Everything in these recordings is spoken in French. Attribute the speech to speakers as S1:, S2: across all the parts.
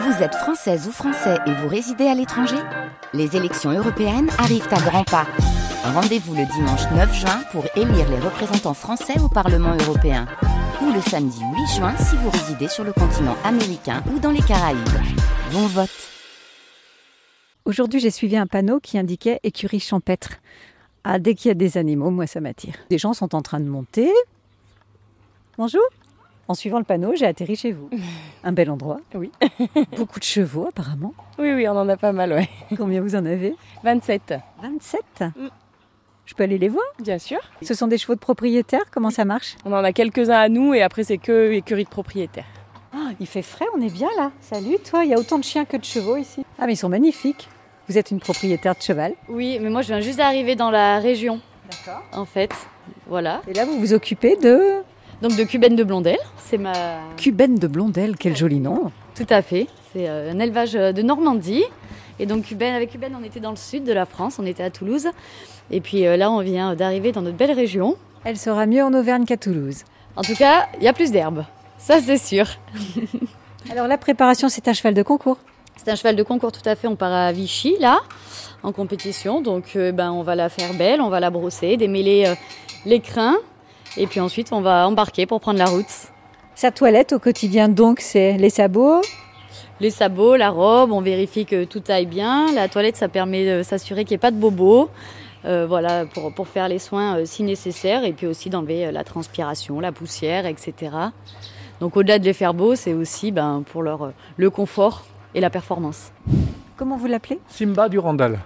S1: Vous êtes française ou français et vous résidez à l'étranger Les élections européennes arrivent à grands pas. Rendez-vous le dimanche 9 juin pour élire les représentants français au Parlement européen. Ou le samedi 8 juin si vous résidez sur le continent américain ou dans les Caraïbes. Bon vote
S2: Aujourd'hui, j'ai suivi un panneau qui indiquait écurie champêtre. Ah, dès qu'il y a des animaux, moi, ça m'attire. Des gens sont en train de monter. Bonjour. En suivant le panneau, j'ai atterri chez vous. Un bel endroit.
S3: Oui.
S2: Beaucoup de chevaux, apparemment.
S3: Oui, oui, on en a pas mal, ouais.
S2: Combien vous en avez
S3: 27.
S2: 27 Je peux aller les voir
S3: Bien sûr.
S2: Ce sont des chevaux de propriétaires Comment ça marche
S3: On en a quelques-uns à nous et après, c'est que écurie de propriétaire.
S2: Ah, Il fait frais, on est bien là. Salut, toi, il y a autant de chiens que de chevaux ici. Ah, mais ils sont magnifiques. Vous êtes une propriétaire de cheval.
S4: Oui, mais moi je viens juste d'arriver dans la région,
S2: D'accord.
S4: en fait. Voilà.
S2: Et là, vous vous occupez de
S4: Donc de Cubaine de Blondel, c'est ma.
S2: Cubaine de Blondel. Quel joli nom.
S4: Tout à fait. C'est euh, un élevage euh, de Normandie. Et donc Cubaine, avec Cubaine, on était dans le sud de la France, on était à Toulouse. Et puis euh, là, on vient d'arriver dans notre belle région.
S2: Elle sera mieux en Auvergne qu'à Toulouse.
S4: En tout cas, il y a plus d'herbe. Ça, c'est sûr.
S2: Alors, la préparation, c'est un cheval de concours.
S4: C'est un cheval de concours tout à fait. On part à Vichy, là, en compétition. Donc, euh, ben, on va la faire belle, on va la brosser, démêler euh, les crins. Et puis ensuite, on va embarquer pour prendre la route.
S2: Sa toilette au quotidien, donc, c'est les sabots.
S4: Les sabots, la robe, on vérifie que tout aille bien. La toilette, ça permet de s'assurer qu'il n'y ait pas de bobos. Euh, voilà, pour, pour faire les soins euh, si nécessaire. Et puis aussi d'enlever euh, la transpiration, la poussière, etc. Donc, au-delà de les faire beaux, c'est aussi ben, pour leur, euh, le confort et la performance.
S2: Comment vous l'appelez
S5: Simba du Randal,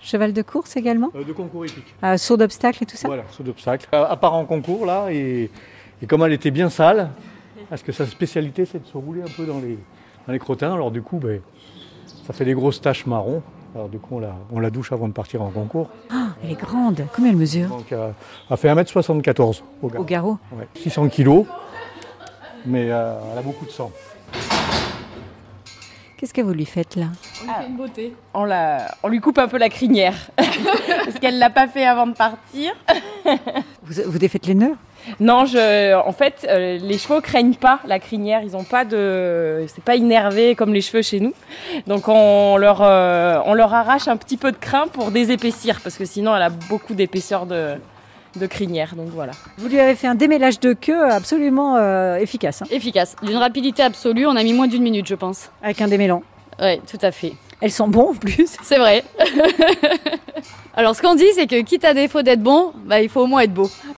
S2: Cheval de course également
S5: de concours épique.
S2: Euh, Saut d'obstacles et tout ça
S5: Voilà, saut d'obstacle. À, à part en concours, là, et, et comme elle était bien sale, parce que sa spécialité, c'est de se rouler un peu dans les, dans les crottins, alors du coup, ben, ça fait des grosses taches marron. Alors du coup, on la, on la douche avant de partir en concours.
S2: Elle est grande. Combien elle mesure
S5: Donc, euh, elle fait 1m74 au gars.
S2: Au garrot.
S5: Ouais, 600 kilos, mais euh, elle a beaucoup de sang.
S2: Qu'est-ce que vous lui faites là
S3: On, la... on lui coupe un peu la crinière. Parce qu'elle l'a pas fait avant de partir.
S2: vous, vous défaites les nœuds
S3: Non, je... en fait, euh, les chevaux craignent pas la crinière. Ils ont pas de. C'est pas innervé comme les cheveux chez nous. Donc on leur, euh, on leur arrache un petit peu de crin pour désépaissir. Parce que sinon, elle a beaucoup d'épaisseur de... de crinière. Donc voilà.
S2: Vous lui avez fait un démêlage de queue absolument euh, efficace, hein,
S4: Efficace. D'une rapidité absolue, on a mis moins d'une minute, je pense.
S2: avec un démêlant.
S4: Oui, tout à fait.
S2: Elles sont bons en plus.
S4: C'est vrai. Alors, ce qu'on dit, c'est que quitte à défaut d'être bon, bah, il faut au moins être beau.